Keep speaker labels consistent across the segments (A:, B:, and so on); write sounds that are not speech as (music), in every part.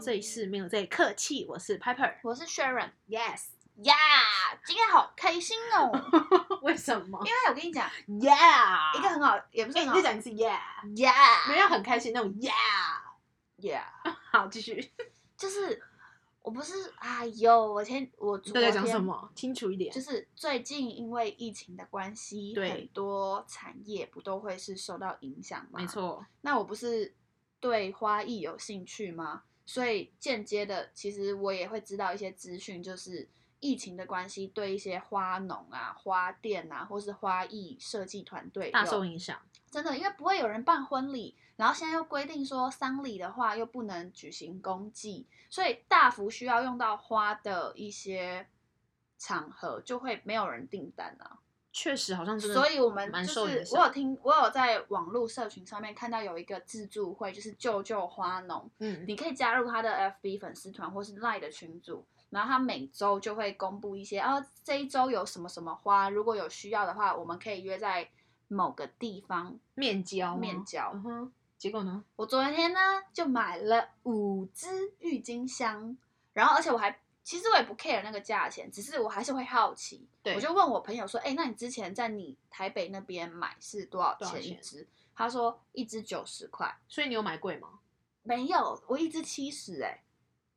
A: 这一次没有在客气，我是 Piper。
B: 我是 Sharon，
A: Yes，
B: 呀今天好开心哦！
A: (laughs) 为什么
B: 因为我跟你讲，
A: ？Yeah，
B: 一个很好，也不是
A: 啊哎、
B: 很
A: 你
B: 好
A: 再，讲一次 Yeah，
B: 呀
A: 没有很开心那种 Yeah。
B: 呀，
A: 好，继续。
B: 就是我不是，哎呦，我前我
A: 你
B: 昨
A: 到底在
B: 天
A: 讲什？么？清楚一点
B: 就。是最近因为疫情的关系，
A: 对
B: 很多产业不都会是受到影响吗？
A: 没。错，
B: 那我不是对花艺有兴趣吗？所以间接的，其实我也会知道一些资讯，就是疫情的关系，对一些花农啊、花店啊，或是花艺设计团队
A: 大
B: 有
A: 受影响。
B: 真的，因为不会有人办婚礼，然后现在又规定说丧礼的话又不能举行公祭，所以大幅需要用到花的一些场合就会没有人订单啊。
A: 确实，好像真的。
B: 所以我们
A: 蛮
B: 就
A: 受
B: 是
A: 影
B: 我有
A: 响。
B: 听，我有在网络社群上面看到有一个自助会，就是救救花农，
A: 嗯，
B: 你可以加入他的 FB 粉丝团或是 Line 的群组。然后他每周就会公布一些，啊，这一周有什么什么花，如果有需要的话，我们可以约在某个地方
A: 面交吗
B: 面交
A: 嗯哼，结果呢？
B: 我昨天呢就买了五支郁金香，然后而且我还其实我也不 care 那个价钱，只是我还是会好奇，
A: 对
B: 我就问我朋友说，哎、那你之前在你台北那边买是多少
A: 多少
B: 钱一
A: 钱
B: 支？他说一支九十块，
A: 所以你有买贵吗？
B: 没有，我一支七十，哎，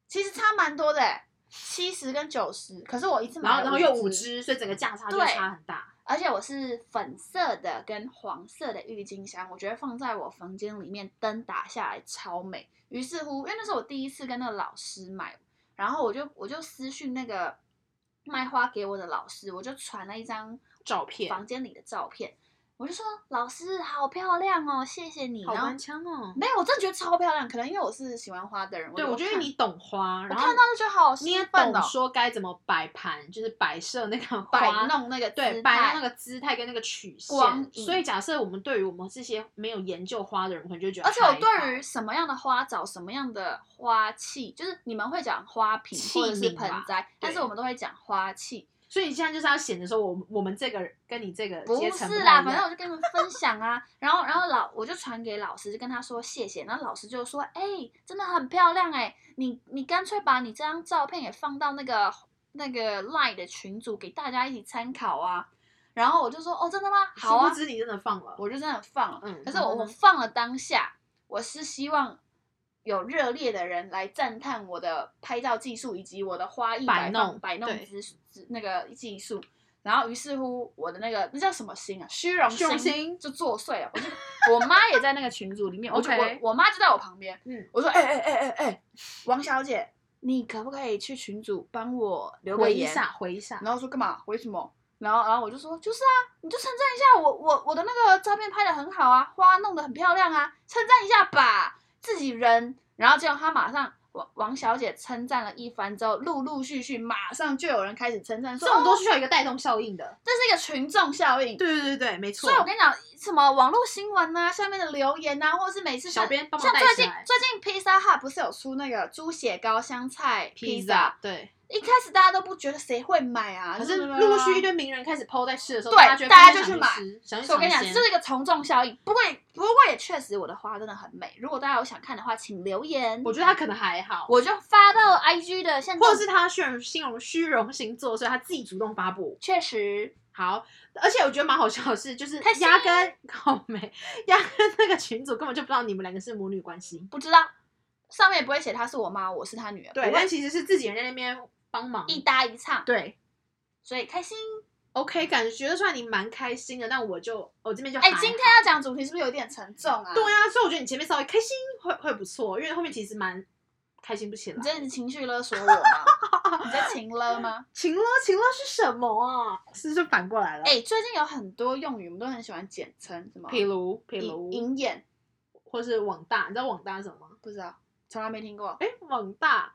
B: 其实差蛮多的、欸，七十跟九十，可是我一次买
A: 然后，
B: 了
A: 然后又五
B: 支。
A: 只，所以整个价差就
B: 对
A: 差很大。
B: 而且我是粉色的跟黄色的郁金香，我觉得放在我房间里面灯打下来超美。于是乎，因为那是我第一次跟那个老师买，然后我就我就私讯那个卖花给我的老师，我就传了一张
A: 照片
B: 房间里的照片，我就说老师好漂亮哦，谢谢你。
A: 好
B: 然后
A: 官腔哦。
B: 没有，我真的觉得超漂亮，可能因为我是喜欢花的人，
A: 对，我觉得
B: 看
A: 你懂花，
B: 我
A: 然
B: 看
A: 后
B: 到就觉得好兴
A: 你也
B: 奋
A: 懂
B: 哦，
A: 说该怎么摆盘，就是摆设那个
B: 摆
A: 花
B: 弄那个
A: 对
B: 姿
A: 摆
B: 态
A: 弄那个姿态跟那个曲线
B: 光。影
A: 所以假设我们对于我们这些没有研究花的人，可能就觉得
B: 而
A: 还
B: 且
A: 好，
B: 我对于什么样的花找什么样的花器，就是你们会讲花瓶
A: 器
B: 或者是
A: 皿
B: 盆
A: 吧
B: 栽，但是
A: 对
B: 我们都会讲花器。 (laughs)
A: 所以你现在就是要显得说我我们这个跟你这个
B: 不
A: 阶层
B: 是
A: 太
B: 啦，
A: 一
B: 反正
A: 样
B: 我就跟你们分享啊。然后，然后老我就传给老师，就跟他说谢谢。然后老师就说：“哎、真的很漂亮哎、你你干脆把你这张照片也放到那个那个 Line 的群组给大家一起参考啊。”然后我就说：“哦，真的吗？好
A: 殊
B: 啊
A: 不。知你真的放了。
B: 我就真的放了。
A: 嗯
B: 可是
A: 然后
B: 我我
A: 呢
B: 放了当下，我是希望有热烈的人来赞叹我的拍照技术以及我的花艺
A: 摆
B: 摆
A: 弄
B: 放摆弄
A: 对
B: 姿姿那个技术。然后，于是乎，我的那个那叫什么心啊，虚荣
A: 虚荣心
B: 就作祟了。我就我妈也在那个群组里面，我就
A: OK
B: 我我妈就在我旁边，
A: 嗯，
B: 我说：“哎哎哎哎哎，王小姐，你可不可以去群组帮我留个
A: 回一
B: 言？”
A: 下，回一下。
B: 然后说干嘛？为什么？然后，然后我就说，就是啊，你就称赞一下我，我我的那个照片拍的很好啊，花弄得很漂亮啊，称赞一下吧，自己人。然后结果他马上王王小姐称赞了一番之后，陆陆续续马上就有人开始称赞
A: 这
B: 说，
A: 种
B: 哦
A: 都是需要一个带动效应的。
B: 这是一个群众效应。
A: 对对对对，没错
B: 所以。我跟你讲，什么网络新闻呐、下面的留言呐、或者是每次
A: 小
B: 像
A: 编帮忙
B: 像
A: 带
B: 最
A: 起
B: 近
A: 来
B: 最近披萨 hut 不是有出那个猪血糕香菜披萨
A: Pizza，，对，
B: 一开始大家都不觉得谁会买啊，
A: 可
B: 就是是
A: 陆陆续续一堆名人开始抛在吃的时候，
B: 对
A: 就大
B: 大家
A: 家
B: 就去买
A: 想去
B: 所以我跟你
A: 尝
B: 讲，
A: 鲜
B: 这是一个从众效应。不过也，不过也确实，我的花真的很美。如果大家有想看的话，请留言。
A: 我觉得他可能还好，
B: 我就发到 IG 的现动，
A: 或者是他虚荣虚荣虚荣星座，所以他自己主动发布。
B: 确实
A: 好，而且我觉得蛮好笑的是，就是
B: 开心
A: 压根好没压根那个群主根本就不知道你们两个是母女关系，
B: 不知道，上面也不会写她是我妈，我是她女儿，
A: 对，
B: 不
A: 但
B: 会
A: 其实是自己人在那边帮忙。
B: 一搭一唱，
A: 对
B: 所以开心。
A: ，OK，感觉觉得出来你蛮开心的，但我就我这边就
B: 哎、
A: 还
B: 今天
A: 好
B: 要讲主题是不是有点沉重啊？
A: 对啊，所以我觉得你前面稍微开心会会不错，因为后面其实蛮开心不起
B: 你
A: 来。
B: 真的情绪勒索我吗？你在情
A: (laughs)
B: 勒吗？
A: 晴了，晴了是什么啊？是不是反过来了？
B: 哎、最近有很多用语，我们都很喜欢简称，什么
A: 譬如譬
B: 银
A: 如，
B: 银眼，
A: 或是网大，你知道网大是什么吗？
B: 不知道，从来没听过。
A: 哎，网大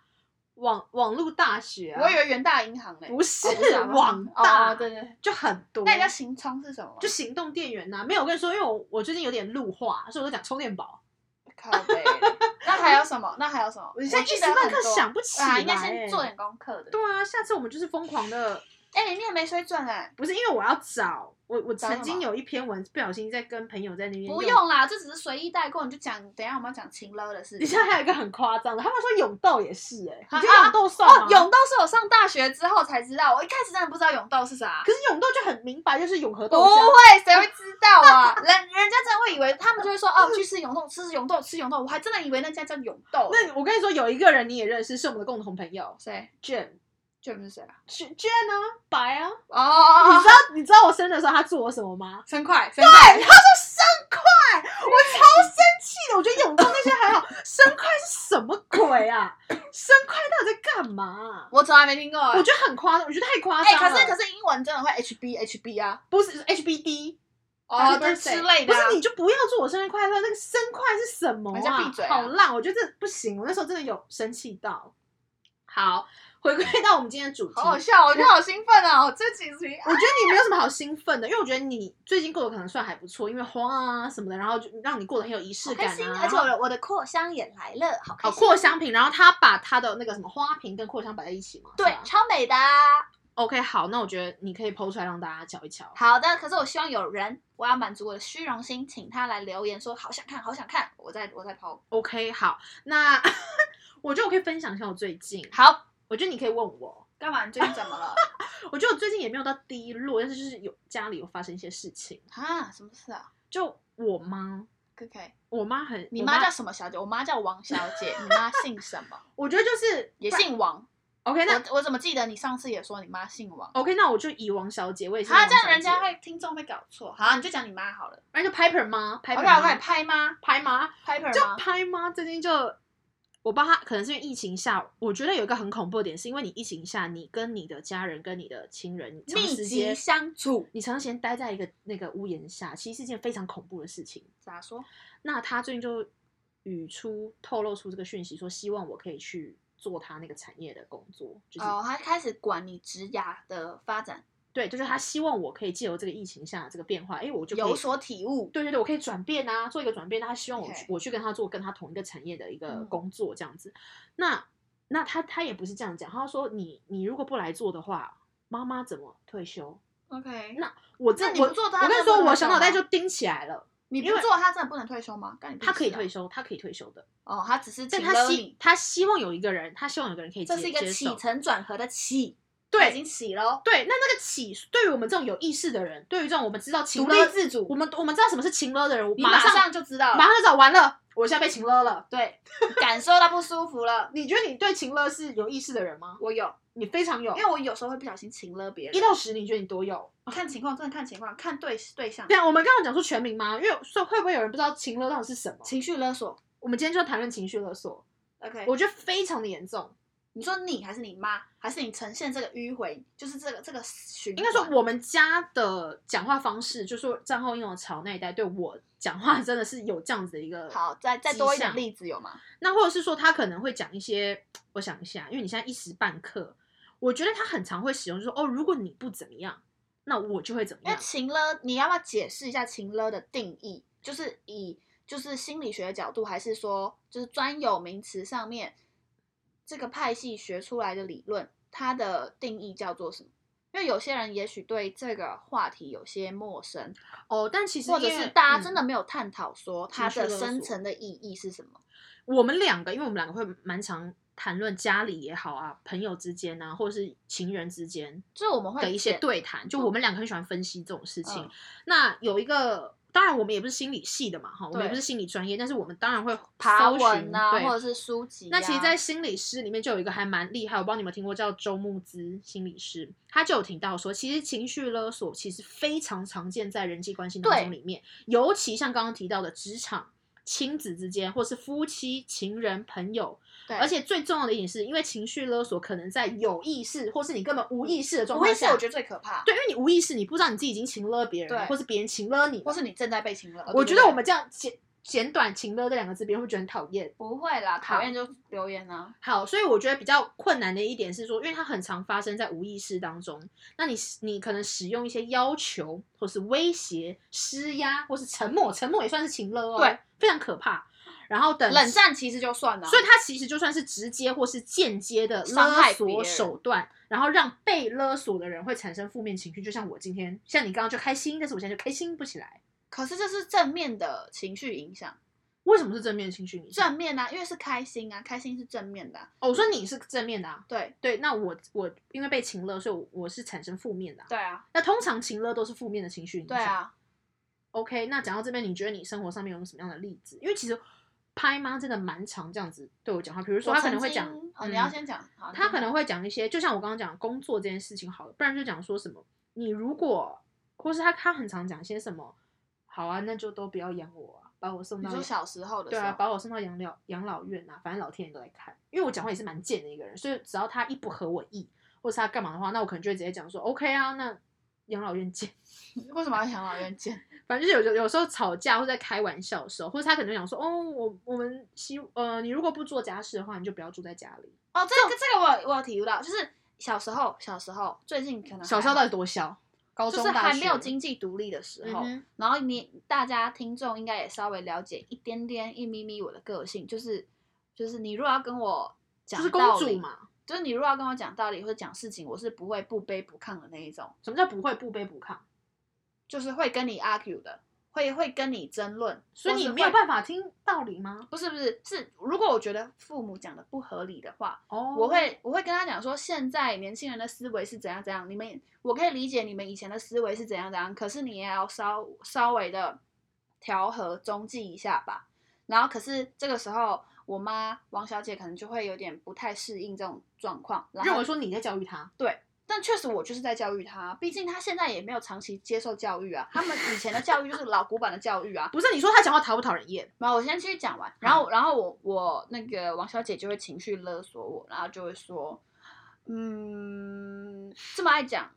A: 网网络大学啊、
B: 我以为元大银行呢、
A: 不是
B: 哦不是啊
A: 网大，
B: 哦哦对对对。
A: 就很多。
B: 那你叫行充是什么？
A: 就行动电源呐、啊没有，我跟你说，因为我我最近有点路化，所以我就讲充电宝。
B: 靠
A: (laughs)
B: 背了。那还有什么？那还有什么？
A: 我现在一
B: 记
A: 时
B: 得
A: 半
B: 很
A: 刻
B: 多
A: 想不起来、
B: 啊，
A: 欸。
B: 应该先做点功课的。
A: 对啊，下次我们就是疯狂的
B: 哎、你很没水准哎、
A: 不是因为我要找我，我
B: 找什
A: 曾
B: 么
A: 经有一篇文不小心在跟朋友在那边
B: 不
A: 用
B: 用啦，这只是随意带过，你就讲。等一下我们要讲情勒的事
A: 你
B: 情
A: 现。在还有一个很夸张的，他们说勇斗也是哎、
B: 啊
A: 你觉得勇斗算吗？
B: 哦，勇斗是我上大学之后才知道，我一开始真的不知道勇斗是啥。
A: 可是勇斗就很明白，就是永和
B: 不
A: 豆浆。
B: 会，谁会知道啊？人人家真的会以为他们就会说哦，去吃永豆，吃永豆，吃永豆，我还真的以为那家叫永豆。
A: 那我跟你说，有一个人你也认识，是我们的共同朋友
B: 谁？
A: Jane。
B: 这人是谁啊？
A: Jane 呢？白啊！你
B: 哦 (laughs)
A: 知，道你知道我生日的时候他祝我什么吗？
B: 生快，生快，
A: 他说生快，我超生气的。我觉得永动那些还好，生快是什么鬼啊？生快到底在干嘛啊、
B: 我从来没听过欸。
A: 我觉得很夸张，我觉得太夸
B: 哎、
A: 张了。
B: 可是可是英文真的会 HB HB 啊，
A: 不是 HBD
B: 哦，
A: 对
B: 对之类的啊、
A: 不是你就不要祝我生日快乐，那个生快是什么
B: 人
A: 啊？
B: 家闭嘴啊
A: 好烂！我觉得这不行，我那时候真的有生气到。好，回归到我们今天的主题。
B: 好好笑，我觉得好兴奋哦！这几集
A: 我觉得你没有什么好兴奋的，因为我觉得你最近过得可能算还不错，因为花啊什么的，然后就让你过得很有仪式
B: 好
A: 感
B: 开
A: 啊。
B: 心，
A: 然后
B: 而且我的我的扩香也来了，好开
A: 哦，
B: 心，啊
A: 扩香瓶，然后他把他的那个什么花瓶跟扩香摆在一起嘛。是
B: 对
A: 吧，
B: 超美的啊、
A: OK，好，那我觉得你可以剖出来让大家瞧一瞧。
B: 好的，可是我希望有人，我要满足我的虚荣心，请他来留言说好想看，好想看，我再我再抛。
A: OK，好，那 (laughs) 我觉得我可以分享一下我最近，
B: 好，
A: 我觉得你可以问我，
B: 干嘛？你最近怎 (laughs) 么了？
A: 我觉得我最近也没有到低落，但是就是有家里有发生一些事情，
B: 啊，什么事啊
A: 就我妈，
B: 可可以，
A: 我妈很，
B: 你
A: 我
B: 妈叫什么小姐？我妈叫王小姐，你妈姓什 (laughs) 么？
A: 我觉得就是
B: 也姓王。
A: OK，那
B: 我我怎么记得你上次也说你妈姓王？
A: OK，那我就以王小姐，我也是
B: 啊，
A: 王
B: 这样
A: 小
B: 人
A: 姐
B: 家会听众会搞错。好，你就讲你妈好了。
A: 而且 Piper 妈，Piper
B: OK
A: 妈
B: OK，拍吗
A: 拍妈，
B: ？Piper
A: 啊就
B: 吗？
A: 拍妈最近就，我帮他，可能是因为疫情下，我觉得有一个很恐怖的点，是因为你疫情下，你跟你的家人、跟你的亲人长
B: 密
A: 时
B: 集
A: 间，
B: 相处。
A: 你长时间待在一个那个屋檐下，其实是一件非常恐怖的事情。
B: 咋说？
A: 那他最近就语出透露出这个讯息，说希望我可以去做他那个产业的工作，就是、
B: 哦，他开始管你职涯的发展，
A: 对，就是他希望我可以借由这个疫情下的这个变化，哎，我就可以
B: 有所体悟。
A: 对对对，我可以转变啊，做一个转变。他希望我去
B: OK
A: 我去跟他做跟他同一个产业的一个
B: 嗯
A: 工作这样子。那那他他也不是这样讲，他说你你如果不来做的话，妈妈怎么退休？
B: OK，
A: 我这
B: 那你
A: 我
B: 不做他
A: 我跟
B: 真
A: 你
B: 的
A: 说，
B: 不能
A: 我
B: 退
A: 小
B: 休
A: 脑袋
B: 吗
A: 就钉起来了。
B: 你
A: 因
B: 不
A: 为
B: 做，他真的不能退休吗？干你屁
A: 他可以
B: 事啊
A: 退休，他可以退休的，
B: 哦，他只是
A: 但
B: 请
A: 他
B: 了
A: 希
B: 你，
A: 他希望有一个人，他希望有一个人可以接
B: 这是一个
A: 接
B: 起
A: 手。
B: 承转合的起，
A: 对
B: 已经哦起喽，
A: 对，那那个起，对于我们这种有意识的人，对于这种我们知道情
B: 独
A: 勒
B: 立，自主，
A: 我们我们知道什么是情勒的人，我
B: 你
A: 马上
B: 上就知道
A: 马
B: 了，
A: 上就找完了，我现在被情勒了。
B: 对，你感受到不舒服了。
A: 你觉得你对情乐是有意识的人吗？
B: 我有，
A: 你非常有
B: (laughs) 因，为我有时候会不小心情了别
A: 一
B: 人，哦
A: 到十，你觉得你多有？
B: 看情况，真的看情况，看对对象
A: 对，啊，我们刚刚讲出全名吗？因为所以会不会有人不知道情乐到底是什么？
B: 情绪勒索。
A: 我们今天就要谈论情绪勒索，
B: OK，
A: 我觉得非常的严重。
B: 你说你还是你妈，还是你呈现这个迂回，就是这个这个循
A: 应
B: 环，
A: 该说我们家的讲话方式，就说战后婴儿潮那一代对我讲话真的是有这样子的一个。
B: 好，再再
A: 迹
B: 多一点
A: 象
B: 例子有吗？
A: 那或者是说他可能会讲一些，我想一下，因为你现在一时半刻，我觉得他很常会使用，就说哦，如果你不怎么样，那我就会怎么
B: 因为
A: 样。
B: 情勒，你要不要解释一下情勒的定义？就是以就是心理学的角度，还是说就是专有名词上面这个派系学出来的理论，它的定义叫做什么？因为有些人也许对这个话题有些陌生，
A: 哦，但其实
B: 或者
A: 因为
B: 是大家
A: 嗯
B: 真的没有探讨说它
A: 情绪
B: 的
A: 勒
B: 深
A: 索
B: 层的意义是什么。
A: 我们两个，因为我们两个会蛮常谈论家里也好啊，朋友之间啊，或者是情人之间
B: 就是我们会
A: 的一些
B: 解
A: 对谈，就我们两个很喜欢分析这种事情。
B: 嗯
A: 那有一个，当然我们也不是心理系的嘛，哈，我们也
B: 对
A: 不是心理专业，但是我们当然会
B: 爬
A: 搜寻
B: 文啊，
A: 对
B: 或者是书籍、啊。
A: 那其实，在心理师里面就有一个还蛮厉害，我不知道你们有没有听过，叫周慕姿心理师，他就有提到说，其实情绪勒索其实非常常见在人际关系当中
B: 对
A: 里面，尤其像刚刚提到的职场、亲子之间，或是夫妻、情人、朋友，
B: 对，
A: 而且最重要的一点是，因为情绪勒索可能在有意识或是你根本无意识的状
B: 无
A: 态
B: 意识
A: 下，
B: 我觉得最可怕，
A: 对，因为你无意识，你不知道你自己已经情勒别人了，
B: 对
A: 或是别人情勒你了，
B: 或是你正在被情勒。
A: 我觉
B: 对
A: 得
B: 不
A: 我
B: 对
A: 们这样简简短“情勒”这两个字，别人会觉得很讨厌。
B: 不会啦，
A: 好
B: 讨厌就留言啊。
A: 好，所以我觉得比较困难的一点是说，因为它很常发生在无意识当中。那你你可能使用一些要求，或是威胁、施压，或是沉默，沉默也算是情勒哦，
B: 对，
A: 非常可怕。然后等
B: 冷战其实就算了，
A: 所以它其实就算是直接或是间接的
B: 伤
A: 勒
B: 害别
A: 索
B: 人
A: 手段，然后让被勒索的人会产生负面情绪。就像我今天，像你刚刚就开心，但是我现在就开心不起来。
B: 可是这是正面的情绪影响，
A: 为什么是正面情绪影响？
B: 正面啊，因为是开心啊，开心是正面的啊、
A: 哦，我说你是正面的啊，
B: 对
A: 对，那我我因为被情勒，所以我我是产生负面的、啊。
B: 对啊，
A: 那通常情勒都是负面的情绪影
B: 对
A: 响。
B: 啊，
A: OK，那讲到这边，你觉得你生活上面有什么样的例子？因为其实拍妈真的蛮常这样子对我讲话，比如说
B: 我
A: 他可能
B: 曾
A: 会讲
B: 经，哦，
A: 嗯
B: 你要先讲，好
A: 他可能会讲一些，就像我刚刚讲工作这件事情好了，不然就讲说什么，你如果或是他他很常讲些什么，好啊，那就都不要养我啊，把我送
B: 你
A: 到
B: 说小时候的时
A: 对
B: 候，
A: 啊，把我送到养老养老院啊，反正老天爷都来看，因为我讲话也是蛮贱的一个人，所以只要他一不合我意，或是他干嘛的话，那我可能就会直接讲说 OK 啊，那养老院见。
B: 为什么要养老院见？
A: 反正就是有有有时候吵架或者在开玩笑的时候，或者他可能想说，哦，我我们希呃，你如果不做家事的话，你就不要住在家里。
B: (laughs) 哦，这个这个我有我有体悟到，就是小时候小时候，最近可能
A: 小时候
B: 还
A: 到
B: 好
A: 底多小？高中
B: 就是
A: 大
B: 还
A: 学
B: 没有经济独立的时候，
A: 嗯哼
B: 然后你大家听众应该也稍微了解一点点一咪咪我的个性，就是就是你如果要跟我
A: 就
B: 讲
A: 是公
B: 道
A: 主
B: 理，
A: 嘛？
B: 就是你如果要跟我讲道理或者讲事情，我是不会不卑不亢的那一种，
A: 什么叫不会不卑不亢？
B: 就是会跟你 argue 的，会会跟你争论，
A: 所以
B: 或
A: 你
B: 是
A: 没有
B: 会
A: 办法听道理吗？
B: 不是不是是，如果我觉得父母讲的不合理的话，
A: 哦，
B: 我会我会跟他讲说，现在年轻人的思维是怎样怎样，你们我可以理解你们以前的思维是怎样怎样，可是你也要稍稍微的调和中继一下吧。然后可是这个时候，我妈王小姐可能就会有点不太适应这种状况，然
A: 认
B: 后
A: 为说你在教育他，
B: 但确实我就是在教育她，毕竟她现在也没有长期接受教育啊，他们以前的教育就是老古板的教育啊，
A: 不是你说他讲话讨不讨人厌？
B: 然后我先继续讲完，然后然后我我那个王小姐就会情绪勒索我，然后就会说，嗯，这么爱讲，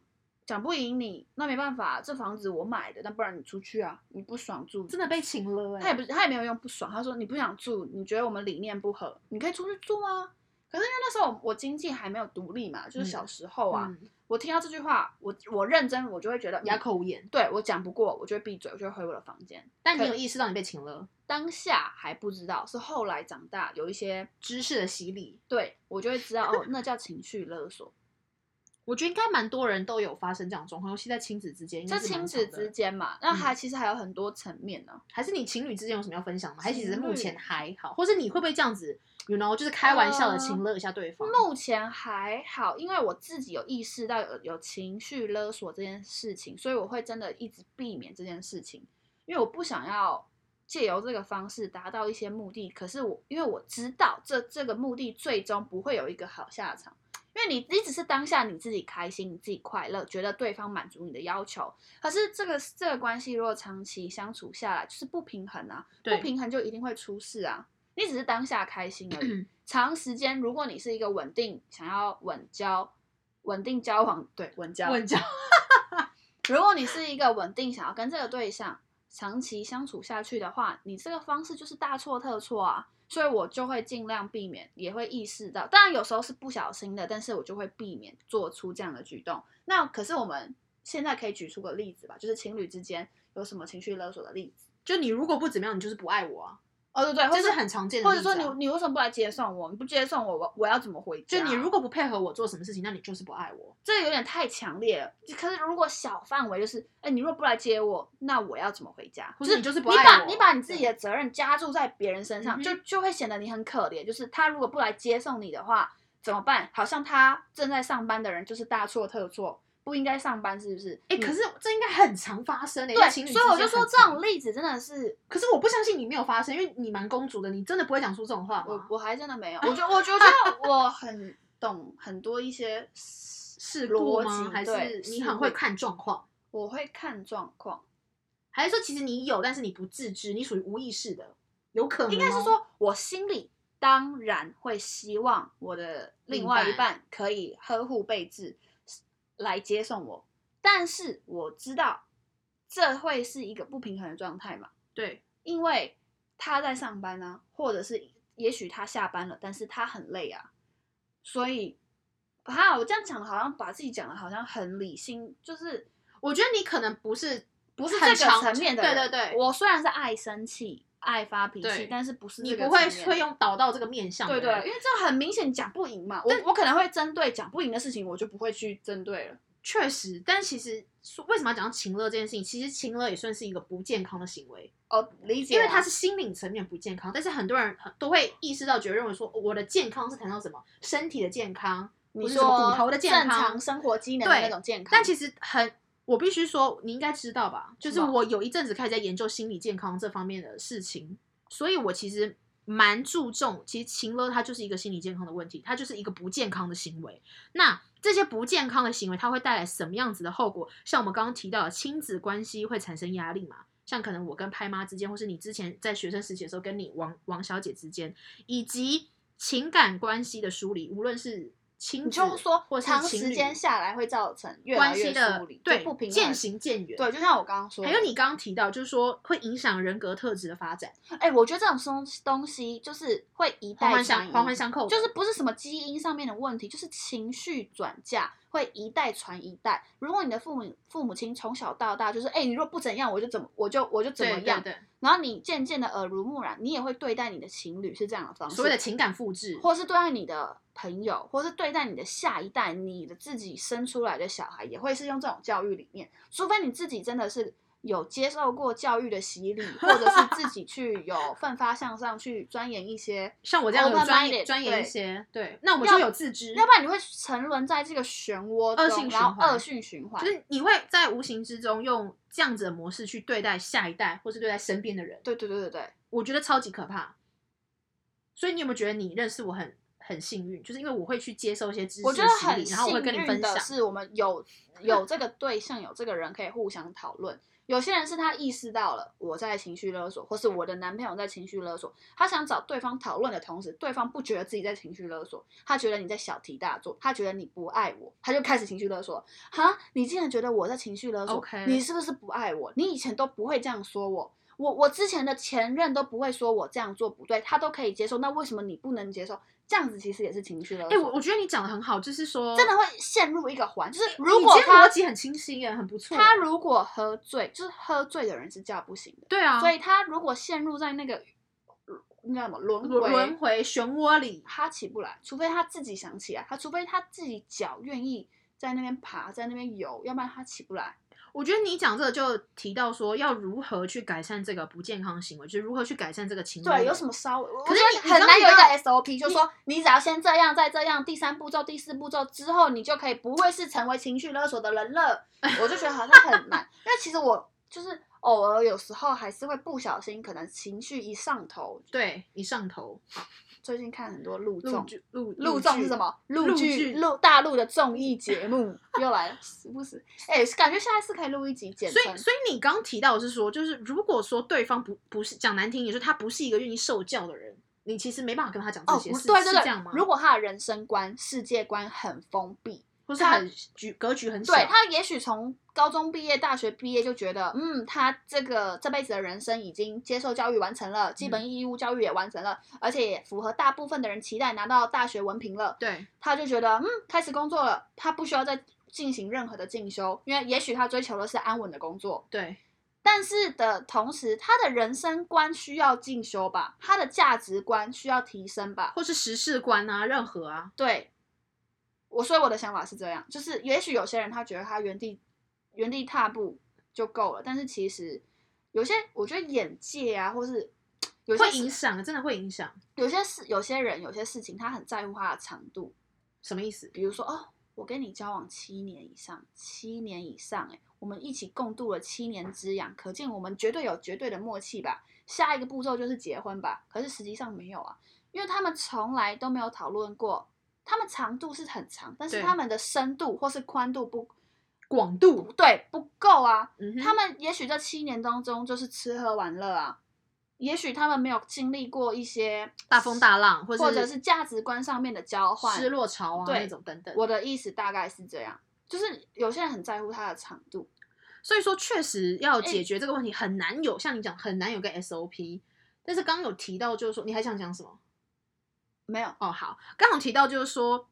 B: 讲不赢你，那没办法，这房子我买的，那不然你出去啊，你不爽住，
A: 真的被请了哎、
B: 她也不是她也没有用不爽，她说你不想住，你觉得我们理念不合，你可以出去住啊。可是因为那时候我我经济还没有独立嘛，就是小时候啊，
A: 嗯
B: 我听到这句话，我我认真我就会觉得
A: 哑，口无言
B: 嗯。对我讲不过，我就会闭嘴，我就会回我的房间。
A: 但你
B: 可
A: 有意识到你被请了，
B: 当下还不知道，是后来长大有一些
A: 知识的洗礼，
B: 对我就会知道哦，那叫情绪勒索。
A: 我觉得应该蛮多人都有发生这种状况，尤其在亲子之间。应该
B: 这
A: 是蛮
B: 亲子
A: 常的嗯
B: 之间嘛，那还其实还有很多层面呢、
A: 还是你情侣之间有什么要分享吗？还是其实
B: 情侣
A: 目前还好，或是你会不会这样子，you know，就是开玩笑的
B: 呃
A: 情勒一下对方？
B: 目前还好，因为我自己有意识到有有情绪勒索这件事情，所以我会真的一直避免这件事情，因为我不想要借由这个方式达到一些目的。可是我因为我知道这这个目的最终不会有一个好下场，因为你你只是当下你自己开心，你自己快乐，觉得对方满足你的要求。可是这个这个关系如果长期相处下来，就是不平衡啊，
A: 对
B: 不平衡就一定会出事啊。你只是当下开心而已。长时间，如果你是一个稳定想要稳交、稳定交往，对稳交，
A: 问讲，
B: 如果你是一个稳定想要跟这个对象长期相处下去的话，你这个方式就是大错特错啊。所以我就会尽量避免，也会意识到，当然有时候是不小心的，但是我就会避免做出这样的举动。那可是我们现在可以举出个例子吧，就是情侣之间有什么情绪勒索的例子？
A: (laughs) 就你如果不怎么样，你就是不爱我啊，
B: 哦，对对，或
A: 这是
B: 是
A: 很常见的
B: 或
A: 例
B: 者
A: 子
B: 说
A: 啊。
B: 你你为什么不来接送我？你不接送我，我我要怎么回家？
A: 就你如果不配合我做什么事情，那你就是不爱我。
B: 这个有点太强烈了。就可是如果小范围，就是哎，你若不来接我，那我要怎么回家？
A: 或
B: 就是
A: 你
B: 你
A: 就是不爱
B: 把
A: 我
B: 你把你自己的责任加注在别人身
A: 嗯
B: 上，
A: 哼
B: 就就会显得你很可怜。就是他如果不来接送你的话，怎么办？好像他正在上班的人就是大错特错，不应该上班，是不是？
A: 哎、
B: 嗯
A: 可是这应该很常发生的、欸，在
B: 对，
A: 情侣
B: 所以我
A: 之间
B: 就说
A: 很
B: 这
A: 常
B: 种，例子真的是
A: 可是我不相信你没有发生，因为你蛮公主的，你真的不会讲出这种话
B: 我
A: 吗？
B: 我还真的没 (laughs) 有，我觉我觉得我很懂很多一些
A: 是
B: 逻
A: 故
B: 辑
A: 吗？还
B: 对
A: 是你很会，看状况？
B: 我会看状况。
A: 还是说其实你有，但是你不自知，你属于无意识的？有可能
B: 应该是
A: 哦
B: 说，我心里当然会希望我的另外一
A: 另一半
B: 半可以呵护备至来接送我，但是我知道这会是一个不平衡的状态嘛，
A: 对，
B: 因为他在上班啊，或者是也许他下班了，但是他很累啊，所以啊，我这样讲好像把自己讲的好像很理性，就是
A: 我觉得你可能不是
B: 不是这
A: 很
B: 个
A: 常
B: 层面的
A: 对
B: 人。
A: 对对，
B: 我虽然是爱生气，爱发脾气
C: 对，
B: 但是不是
A: 你
B: 这个
A: 不会
B: 层面
A: 会用导到这个面向的
B: 对
A: 人，
B: 对，因为这很明显讲不赢嘛，我我可能会针对讲不赢的事情，我就不会去针对了。
A: 确实。但其实说为什么要讲到情乐这件事情？其实情乐也算是一个不健康的行为，
B: 哦，理解啊，
A: 因为它是心理层面不健康。但是很多人很都会意识到，觉得认为说哦我的健康是谈到什么身体的健康，
B: 你
A: 不是什么
B: 说
A: 骨头的健
B: 正
A: 康
B: 常生活机能的
A: 对
B: 那种健康，
A: 但其实很，我必须说，你应该知道吧？就是
B: 什么
A: 我有一阵子开始在研究心理健康这方面的事情，所以我其实蛮注重，其实情勒它就是一个心理健康的问题，它就是一个不健康的行为。那这些不健康的行为，它会带来什么样子的后果？像我们刚刚提到的，亲子关系会产生压力嘛？像可能我跟拍妈之间，或是你之前在学生时期的时候跟你王王小姐之间，以及情感关系的梳理，无论是亲子，
B: 你就说
A: 或是
B: 长
A: 情
B: 时
A: 侣
B: 间下来会造成越来
A: 关
B: 越
A: 系的
B: 疏离，
A: 对
B: 就不平衡
A: 渐。行渐远。
B: 对，就像我刚刚说的，
A: 还有你刚刚提到，就是说会影响人格特质的发展，
B: 哎、我觉得这种东东西就是会一
A: 环
B: 代
A: 环
B: 传
A: 相
B: 一，
A: 环环相扣的，
B: 就是不是什么基因上面的问题，就是情绪转嫁会一代传一代。如果你的父母父母亲从小到大就是，哎、你若不怎样，我就怎么我就我就怎么
A: 对
B: 样，
A: 对对，
B: 然后你渐渐的耳濡目染，你也会对待你的情侣是这样的方式，
A: 所谓的情感复制，
B: 或是对待你的朋友，或是对待你的下一代，你的自己生出来的小孩也会是用这种教育理念，除非你自己真的是有接受过教育的洗礼，或者是自己去有奋发向上去钻研一些，
A: 像我这样有专
B: 哦 open-minded，
A: 业钻研一
B: 对
A: 些，对，那我就有自知，
B: 要不然你会沉沦在这个漩涡
A: 恶
B: 中，
A: 性
B: 然
A: 循
B: 后
A: 环
B: 恶性循环。
A: 就是你会在无形之中用这样子的模式去对待下一代，或是对待身边的人，
B: 对对对对对，
A: 我觉得超级可怕。所以你有没有觉得你认识我很很幸运？就是因为我会去接受一些知识
B: 我
A: 的
B: 觉得
A: 洗
B: 很
A: 礼，然后我
B: 幸
A: 会跟你
B: 运
A: 分享
B: 的。是，我们有有这个对象，有这个人可以互相讨论。有些人是他意识到了我在情绪勒索，或是我的男朋友在情绪勒索，他想找对方讨论的同时，对方不觉得自己在情绪勒索，他觉得你在小题大做，他觉得你不爱我，他就开始情绪勒索。哈，你竟然觉得我在情绪勒索
A: OK
B: 你是不是不爱我？你以前都不会这样说我，我我之前的前任都不会说我这样做不对，他都可以接受，那为什么你不能接受？这样子其实也是情绪勒索。
A: 哎、我我觉得你讲的很好，就是说
B: 真的会陷入一个环，就是如
A: 哦你
B: 果
A: 今天
B: 他
A: 逻辑很清晰耶，很不错。
B: 他如果喝醉，就是喝醉的人是叫不醒的，
A: 对啊，
B: 所以他如果陷入在那个那叫什么轮
A: 轮轮
B: 回，
A: 回漩涡里，
B: 他起不来，除非他自己想起来，他除非他自己脚愿意在那边爬，在那边游，要不然他起不来。
A: 我觉得你讲这个就提到说要如何去改善这个不健康行为，就是如何去改善这个情绪。
B: 对，有什么稍微，我
A: 可是
B: 觉得
A: 你
B: 很
A: 你
B: 难有一
A: 刚刚
B: 个 SOP，就说你只要先这样，再这样，第三步骤、第四步骤之后，你就可以不会是成为情绪勒索的人 (laughs) 了。我就觉得好像很难，因为其实我就是偶尔有时候还是会不小心，可能情绪一上头。
A: 对一上头，
B: 最近看很多陆
A: 陆
B: 综，
A: 剧陆
B: 陆综是什？么？陆
A: 陆
B: 剧
A: 剧
B: 陆大陆的综艺节目又来了， (laughs) 时不时哎，感觉下一次可以录一集简
A: 所以，
B: 称。
A: 所以你刚刚提到的是说，就是如果说对方不不是讲难听，也就是他不是一个愿意受教的人，你其实没办法跟他讲这
B: 哦，
A: 些，
B: 不
A: 是
B: 对
A: 是
B: 对
A: 这样
B: 对
A: 吗，？
B: 如果他的人生观、世界观很封闭，
A: 或是
B: 他
A: 很局格局很小，
B: 对他也许从高中毕业、大学毕业就觉得，嗯，他这个这辈子的人生已经接受教育完成了，基
A: 嗯
B: 本义务教育也完成了，而且也符合大部分的人期待，拿到大学文凭了。
A: 对
B: 他就觉得，嗯，开始工作了，他不需要再进行任何的进修，因为也许他追求的是安稳的工作。
A: 对
B: 但是的同时，他的人生观需要进修吧，他的价值观需要提升吧，
A: 或是时事观啊，任何啊，
B: 对，我所以我的想法是这样，就是也许有些人他觉得他原地原地踏步就够了，但是其实有些我觉得眼界啊，或是有些
A: 会
B: 事
A: 影响，真的会影响，
B: 有些事有些人有些事情他很在乎它的长度，
A: 什么意思？
B: 比如说哦，我跟你交往七年以上，七年以上、欸，我们一起共度了七年之痒，可见我们绝对有绝对的默契吧。下一个步骤就是结婚吧，可是实际上没有啊，因为他们从来都没有讨论过，他们长度是很长，但是
A: 对
B: 他们的深度或是宽度不
A: 广度
B: 不，对不够啊。
A: 嗯哼，
B: 他们也许这七年当中就是吃喝玩乐啊，也许他们没有经历过一些
A: 大风大浪，或
B: 或者是价值观上面的交换，
A: 失落潮啊
B: 对
A: 那种等等。
B: 我的意思大概是这样，就是有些人很在乎它的长度，
A: 所以说，确实要
B: 哎
A: 解决这个问题很难有，像你讲很难有个 SOP。但是刚刚有提到，就是说你还想讲什么？
B: 没有
A: 哦哦，好，刚刚有提到就是说，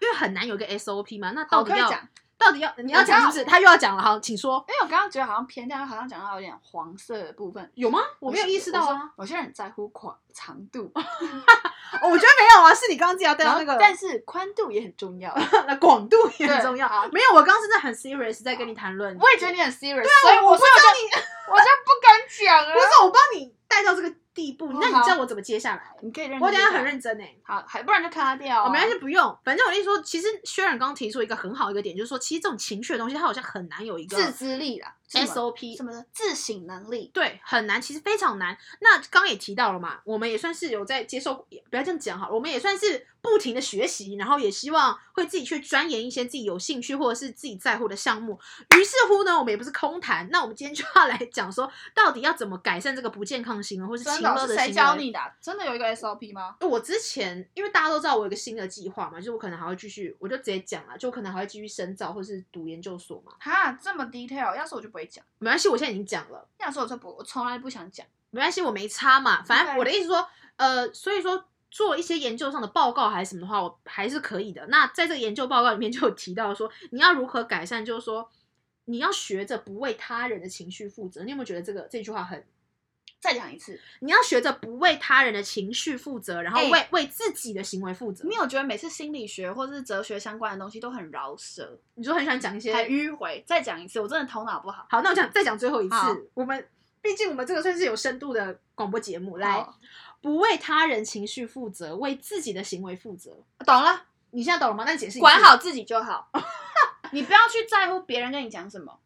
A: 因为很难有个 SOP 嘛，那
B: 哦，
A: 到底
B: 可以
A: 要、
B: 讲
A: 到底要你要讲是不是？他又要讲了，好，请说。
B: 因为我刚刚觉得好像偏掉，好像讲到有点黄色的部分，
A: 有吗？我没有意识到啊。
B: 我现在很在乎宽长度，
A: 哦我觉得没有啊，是你刚刚自己要带
B: 然
A: 到
B: 后
A: 那个，
B: 但是宽度也很
A: (laughs)
B: 重要。
A: 那广度也很
B: 对
A: 重要啊
B: 好。
A: 没有，我刚刚真的很 serious 在跟你谈论。
B: 我也觉得你很 serious，、
A: 对
B: 所以
A: 啊，我
B: 我
A: 不知
B: 所以我
A: 道
B: 就
A: 你，
B: 我就不敢讲
A: 不
B: 了。
A: 是我帮你带到这个地步，
B: 哦
A: 那你
B: 好
A: 知道我怎么接下来？
B: 你可以认真
A: 我等一
B: 一
A: 下
B: 下
A: 很认真哎、
B: 好，还不然就看他掉、
A: 我
B: 啊。
A: 没关系，不用。反正我跟你说，其实薛然刚提出一个很好一个点，就是说，其实这种情绪的东西，它好像很难有一个
B: 自制力啦是什么
A: SOP，
B: 什么的自省能力。
A: 对，很难，其实非常难。那刚刚也提到了嘛，我们也算是有在接受，也不要这样讲好了，我们也算是不停的学习，然后也希望会自己去钻研一些自己有兴趣或者是自己在乎的项目。于是乎呢，我们也不是空谈，那我们今天就要来讲说，到底要怎么改善这个不健康的行为或是
B: 真
A: 情
B: 的哦
A: 勒
B: 是
A: 的
B: 谁
A: 行
B: 教
A: 为？
B: 你的啊、真的有一个 SOP 吗？
A: 我之前因为大家都知道我有一个新的计划嘛，就是我可能还会继续，我就直接讲了，就我可能还会继续深造或是读研究所嘛。
B: 哈，这么 detail，要是我就不会讲，
A: 没关系，我现在已经讲了。
B: 要是我就不，我从来不想讲。
A: 没关系，我没差嘛。反正
B: OK
A: 我的意思说，呃，所以说做一些研究上的报告还是什么的话，我还是可以的。那在这个研究报告里面就有提到说，你要如何改善，就是说你要学着不为他人的情绪负责。你有没有觉得这个这句话很？
B: 再讲一次，
A: 你要学着不为他人的情绪负责，然后
B: 哎
A: 为、为自己的行为负责
B: 你。有觉得每次心理学或是哲学相关的东西都很饶舌，
A: 你说很喜欢讲一些
B: 还迂回？再讲一次，我真的头脑不好。
A: 好，那我讲再讲最后一
B: 好
A: 次，我们毕竟我们这个算是有深度的广播节目，来
B: 好
A: 不为他人情绪负责，为自己的行为负责。
B: 懂了，
A: 你现在懂了吗？那你解释一
B: 管
A: 次
B: 好自己就好。 (laughs) 你不要去在乎别人跟你讲什么，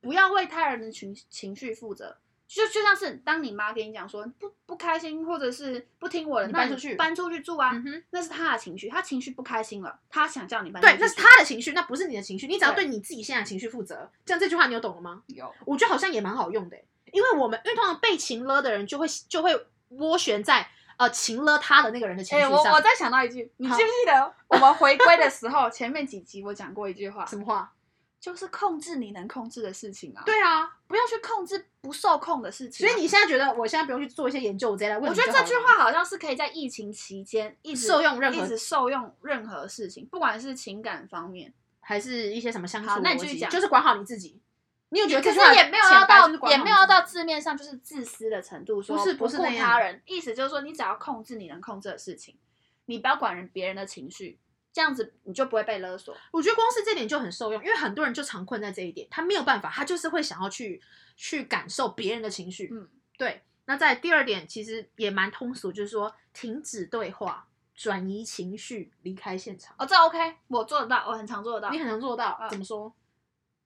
B: 不要为他人的情情绪负责。就就像是当你妈跟你讲说不不开心，或者是不听我的，
A: 你
B: 那
A: 搬
B: 你
A: 出去
B: 搬出去住啊，
A: 嗯哼，
B: 那是他的情绪，他情绪不开心了，他想叫你搬出去
A: 对，
B: 住。
A: 那是他的情绪，那不是你的情绪。你只要
B: 对
A: 对你自己现在的情绪负责，这样这句话你有懂了吗？
B: 有
A: 我觉得好像也蛮好用的欸，因为我们因为通常被情勒的人就会就会涡旋在呃情勒他的那个人的情
B: 哎、
A: 绪
B: 我
A: 上。
B: 我再想到一句，你记
A: 好
B: 不记得我们回归的时候，前面几集我讲过一
A: (laughs)
B: 句话
A: 什，么话？
B: 就是控制你能控制的事情啊，，
A: 对啊，
B: 不要去控制不受控的事情
A: 所
B: 啊、
A: 以你现在觉得我现在不用去做一些研究，我直接来问
B: 我
A: 你
B: 觉
A: 就好
B: 得
A: 了。
B: 这句话好像是可以在疫情期间一直
A: 受用任
B: 一
A: 何
B: 直受用任何事情，不管是情感方面，
A: 还是一些什么相处
B: 好那你
A: 逻
B: 继续
A: 辑
B: 讲
A: 就是管好你自己。你有觉得
B: 可
A: 这
B: 是
A: 句话
B: 也没有
A: 浅
B: 要
A: 白
B: 到
A: 就是管
B: 也
A: 好
B: 没
A: 你
B: 有
A: 自己
B: 到字面上就是自私的程度，说
A: 不是不是
B: 顾
A: 那样
B: 他人，意思就是说你只要控制你能控制的事情，你不要管人别人的情绪，这样子你就不会被勒索。
A: 我觉得光是这点就很受用，因为很多人就常困在这一点，他没有办法，他就是会想要去去感受别人的情绪。
B: 嗯，
A: 对。那在第二点，其实也蛮通俗，就是说停止对话，转移情绪，离开现场。
B: 哦，这 OK，我做得到，我很常做得到。
A: 你很能做到，
B: 嗯
A: 怎么说？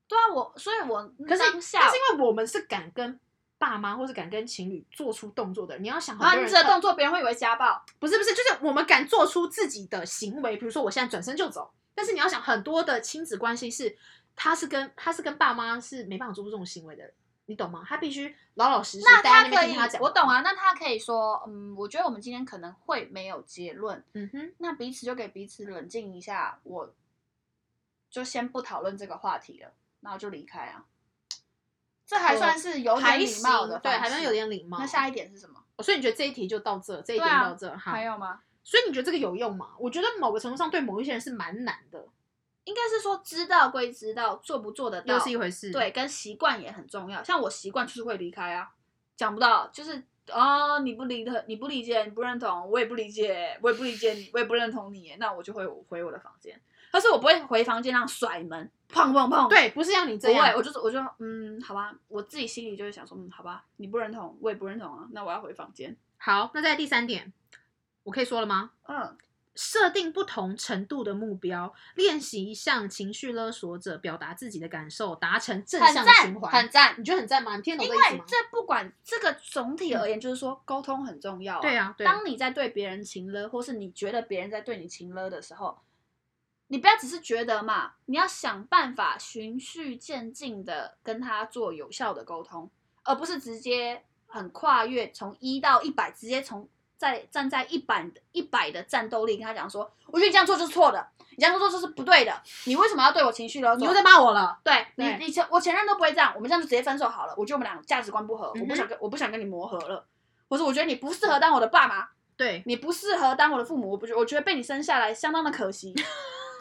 B: 对啊，我所以我
A: 可是，
B: 当下
A: 但是因为我们是敢跟爸妈或是敢跟情侣做出动作的人，你要想很
B: 啊，
A: 多
B: 你
A: 人
B: 这个
A: 到
B: 动作别人会以为家暴，
A: 不是不是，就是我们敢做出自己的行为，比如说我现在转身就走。但是你要想，很多的亲子关系是，他是跟他是跟爸妈是没办法做出这种行为的人，你懂吗？他必须老老实实
B: 那
A: 待在
B: 他
A: 那
B: 可
A: 边
B: 以
A: 听他讲。
B: 我懂。啊，那他可以说，嗯，我觉得我们今天可能会没有结论，
A: 嗯哼，
B: 那彼此就给彼此冷静一下，我就先不讨论这个话题了，然后就离开啊。这还算是有点
A: 还
B: 礼貌的
A: 行，对，
B: 方
A: 还
B: 式
A: 算有。点礼貌。
B: 那下一点是什么？
A: 所以你觉得这一题就到这，这一
B: 对
A: 点
B: 啊
A: 到这，哈、
B: 还有吗？
A: 所以你觉得这个有用吗？我觉得某个程度上对某一些人是蛮难的，
B: 应该是说知道归知道，做不做得到
A: 又是一回事。
B: 对，，跟习惯也很重要。像我习惯就是会离开啊，讲不到就是啊、你不理他，你不理解，你不认同，我也不理解，我也不理解你，我也不认同你耶，那我就会回我的房间。但是我不会回房间那样甩门，砰砰砰。，
A: 对，不是让你
B: 不
A: 这
B: 会，
A: 样。
B: 我就是我就嗯，好吧，我自己心里就会想说，嗯，好吧，你不认同，我也不认同啊，那我要回房间。
A: 好，那在第三点，我可以说了吗？
B: 嗯，
A: 设定不同程度的目标，练习向情绪勒索者表达自己的感受，达成正
B: 很
A: 向的
B: 赞，
A: 循环。
B: 很赞。
A: 你觉得很赞吗？你听得
B: 因
A: 懂这意思
B: 为
A: 吗？嗯
B: 这不管这个总体而言，就是说沟通很重要、
A: 对啊对啊
B: 当你在对别人情勒，或是你觉得别人在对你情勒的时候，你不要只是觉得嘛，你要想办法循序渐进的跟他做有效的沟通，而不是直接很跨越从一到一百，直接从在站在一百一百的战斗力跟他讲说，我觉得你这样做就是错的，你这样做就是不对的，你为什么要对我情绪勒索？
A: 你又啊在骂我了。
B: 对你
A: 对，
B: 你前我前任都不会这样，我们这样就直接分手好了。我觉得我们俩价值观不合，我
A: 嗯
B: 不
A: 哼
B: 想跟我不想跟你磨合了。或者我觉得你不适合当我的爸妈，
A: 对，
B: (laughs) 你不适合当我的父母，我不觉我觉得被你生下来相当的可惜。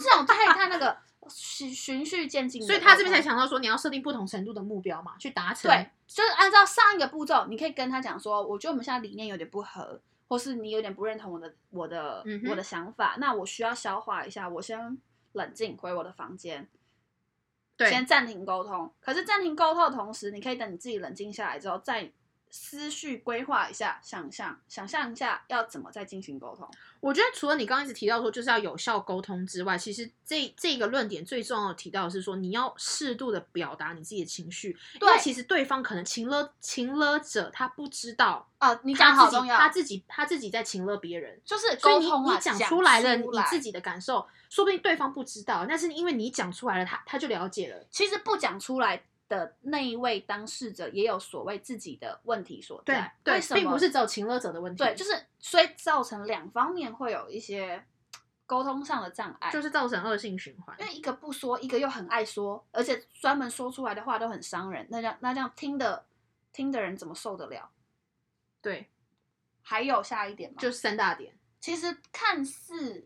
B: 这种太太那个，循循序渐进的
A: 所以他这边才想到说，你要设定不同程度的目标嘛，去达成。
B: 嗯对，，就是按照上一个步骤，你可以跟他讲说，我觉得我们现在理念有点不合，或是你有点不认同我的我的、
A: 嗯哼
B: 我的想法，那我需要消化一下，我先冷静回我的房间，
A: 对
B: 先暂停沟通。可是暂停沟通的同时，你可以等你自己冷静下来之后，再思绪规划一下，想象想象一下要怎么再进行沟通。
A: 我觉得除了你刚刚一直提到说就是要有效沟通之外，其实这这个论点最重要的提到的是说，你要适度的表达你自己的情绪，因为
B: 对
A: 其实对方可能情勒情勒者他不知道，
B: 啊，你
A: 他
B: 讲好
A: 自
B: 重
A: 己
B: 要，
A: 他自己他自己在情勒别人。
B: 就是
A: 所以
B: 沟
A: 你
B: 通
A: 你
B: 啊，
A: 讲
B: 出
A: 出来了，你自
B: 己。
A: 己的感受，说不定对方不知道，但是因为你讲出来了，他他就了解了。
B: 其实不讲出来的那一位当事者也有所谓自己的问题所在。
A: 对
B: 为，什么？
A: 并不是只有情勒者的问题，
B: 对，就是所以造成两方面会有一些沟通上的障碍，
A: 就是造成恶性循环
B: 因。为一个不说，一个又很爱说，而且专门说出来的话都很伤人，那这样那这样听的听的人怎么受得了？
A: 对，
B: 还有下一点吗？
A: 就是三大点。
B: 其实看似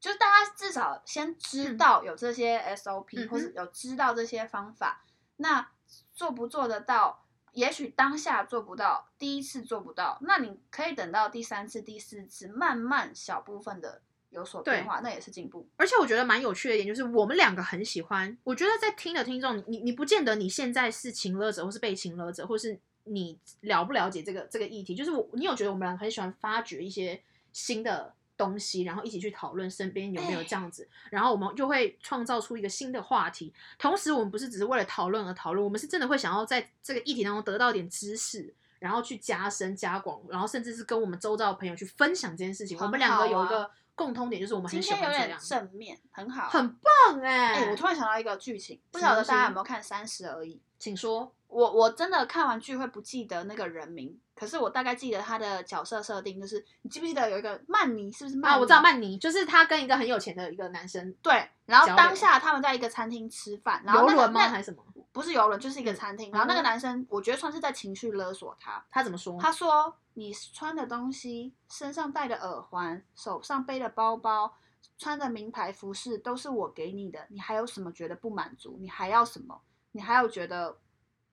B: 就是大家至少先知道有这些 SOP，、
A: 嗯嗯哼
B: 或是有知道这些方法，那做不做得到？也许当下做不到，第一次做不到，那你可以等到第三次、第四次，慢慢小部分的有所变化，那也是进步。
A: 而且我觉得蛮有趣的一点就是，我们两个很喜欢。我觉得在听的听众，你你不见得你现在是情勒者，或是被情勒者，或是你了不了解这个这个议题。就是我，你有觉得我们两个很喜欢发掘一些新的东西，然后一起去讨论身边有没有
B: 哎
A: 这样子，然后我们就会创造出一个新的话题。同时，我们不是只是为了讨论而讨论，我们是真的会想要在这个议题当中得到一点知识。然后去加深、加广，然后甚至是跟我们周遭的朋友去分享这件事情。我们
B: 很
A: 两个
B: 好
A: 有一
B: 啊
A: 个共通点，就是我们
B: 今
A: 很喜欢
B: 天有
A: 这样。
B: 点正面，很好。
A: 很棒哎、
B: 哎、我突然想到一个剧情，不
A: 什么
B: 晓得
A: 东西
B: 大家有没有看《三十而已》？
A: 请说。
B: 我我真的看完剧会不记得那个人名，可是我大概记得他的角色设定，就是你记不记得有一个曼尼，是不是曼尼？
A: 啊，我知道曼妮就是她跟一个很有钱的一个男生
B: 对，然后
A: 交流
B: 当下他们在一个餐厅吃饭，然后那
A: 游
B: 个
A: 轮吗
B: 那
A: 还是什么？
B: 不是游轮，就是一个
A: 嗯
B: 餐厅。然后那
A: 嗯
B: 个男生，我觉得算是在情绪勒索他。
A: 他怎么说？
B: 他说：“你穿的东西、身上戴的耳环、手上背的包包、穿的名牌服饰，都是我给你的，你还有什么觉得不满足？你还要什么？你还有觉得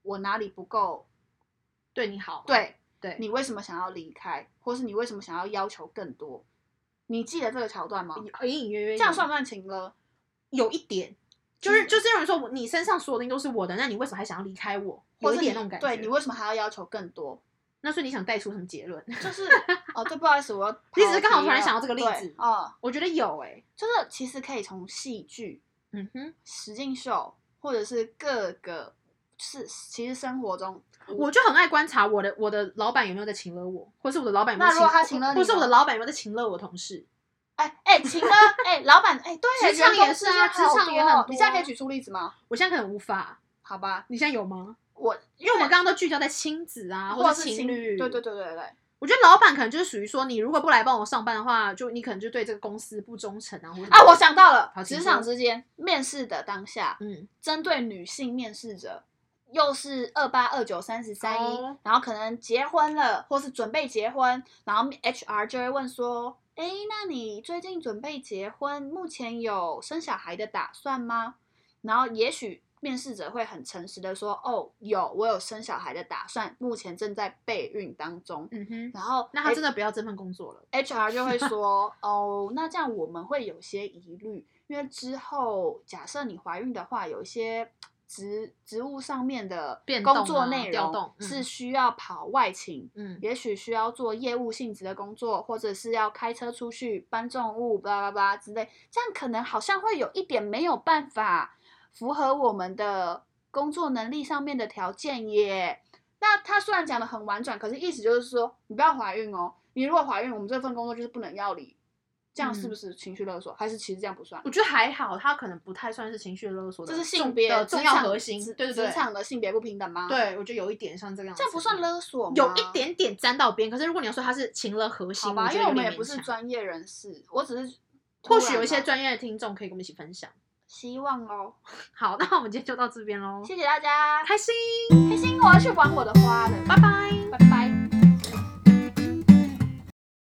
B: 我哪里不够？
A: 对你好，
B: 对，
A: 对，
B: 你为什么想要离开，或是你为什么想要要求更多？你记得这个桥段吗？
A: 隐隐约约
B: 这样
A: 有嗯
B: 算不算情勒？
A: 有一点，就是
B: 就
A: 就是有人说我你身上所有的东西都是我的，那你为什么还想要离开我？
B: 或
A: 有
B: 是
A: 一点
B: 你
A: 那种感觉。
B: 对你为什么还要要求更多？
A: 那所以你想带出什么结论？ (laughs)
B: 就是哦，对，不好意思，我又
A: 你只是
B: 跑
A: 刚好
B: 题
A: 突然
B: 了
A: 想到这个例
B: 对
A: 子
B: 哦，
A: 我觉得有哎、
B: 就是其实可以从戏剧、
A: 嗯哼，
B: 实境秀，或者是各个，就是其实生活中，
A: 我就很爱观察我的我的老板有没有在请了我，或是我的老板有没有
B: 那如果他请
A: 请
B: 了你
A: 或是我
B: 呢
A: 的老板有没有在请了我同事？
B: 哎哎，情勒，哎，老板，哎，对啊，
A: 职场
B: 员工
A: 也是
B: 之
A: 啊
B: 间好
A: 职场也
B: 多哦
A: 很多
B: 你现在可以
A: 啊
B: 举出例子吗？
A: 我现在可能无法，
B: 好吧，
A: 你现在有吗？
B: 我
A: 因为我们刚刚都聚焦在亲子啊，
B: 或者
A: 者
B: 是
A: 情侣，
B: 对对对对对，
A: 我觉得老板可能就是属于说，你如果不来帮我上班的话，就你可能就对这个公司不忠诚啊，或者
B: 啊，我想到了，
A: 好请
B: 职场
A: 说
B: 之间面试的当下，
A: 嗯，
B: 针对女性面试者，又是二八、二九、三十、三一
A: 哦，
B: 然后可能结婚了，或是准备结婚，然后 HR 就会问说：“哎，那你最近准备结婚，目前有生小孩的打算吗？”然后也许面试者会很诚实的说：“哦，有，我有生小孩的打算，目前正在备孕当中。
A: 嗯哼，
B: 然后
A: 那他真的不要这份工作了，
B: HR 就会说，哦，那这样我们会有些疑虑，因为之后假设你怀孕的话，有一些职职务上面的
A: 变动啊
B: 工作内
A: 调
B: 容
A: 动嗯
B: 是需要跑外勤，
A: 嗯，
B: 也许需要做业务性质的工作，或者是要开车出去搬重物，巴拉巴拉之类，这样可能好像会有一点没有办法符合我们的工作能力上面的条件耶。那他虽然讲的很婉转，可是意思就是说，你不要怀孕哦，你如果怀孕，我们这份工作就是不能要你。这样是
A: 嗯
B: 不是情绪勒索？还是其实这样不算
A: 我？觉得还好，他可能不太嗯算是情绪勒索的
B: 这
A: 重，
B: 是性别
A: 的
B: 呃职
A: 重要
B: 场
A: 核心，
B: 职
A: 对对对
B: 职，场的性别不平等吗？，
A: 对我觉得有一点像啊这个样子，
B: 这样不算勒索吗？
A: 有一点点沾到边，可是如果你要说他是情勒核心，
B: 好吧，
A: 觉得
B: 因为
A: 有
B: 我们
A: 点
B: 也不
A: 勉
B: 是
A: 强，
B: 专业人士，我只是突
A: 或
B: 然
A: 许有一些
B: 吧
A: 专业的听众可以跟我们一起分享。
B: 希望哦。
A: 好，那我们今天就到这边喽，
B: 谢谢大家，哦
A: 开心，
B: 开心，我要去玩我的花了，
A: 拜拜。
B: 拜拜。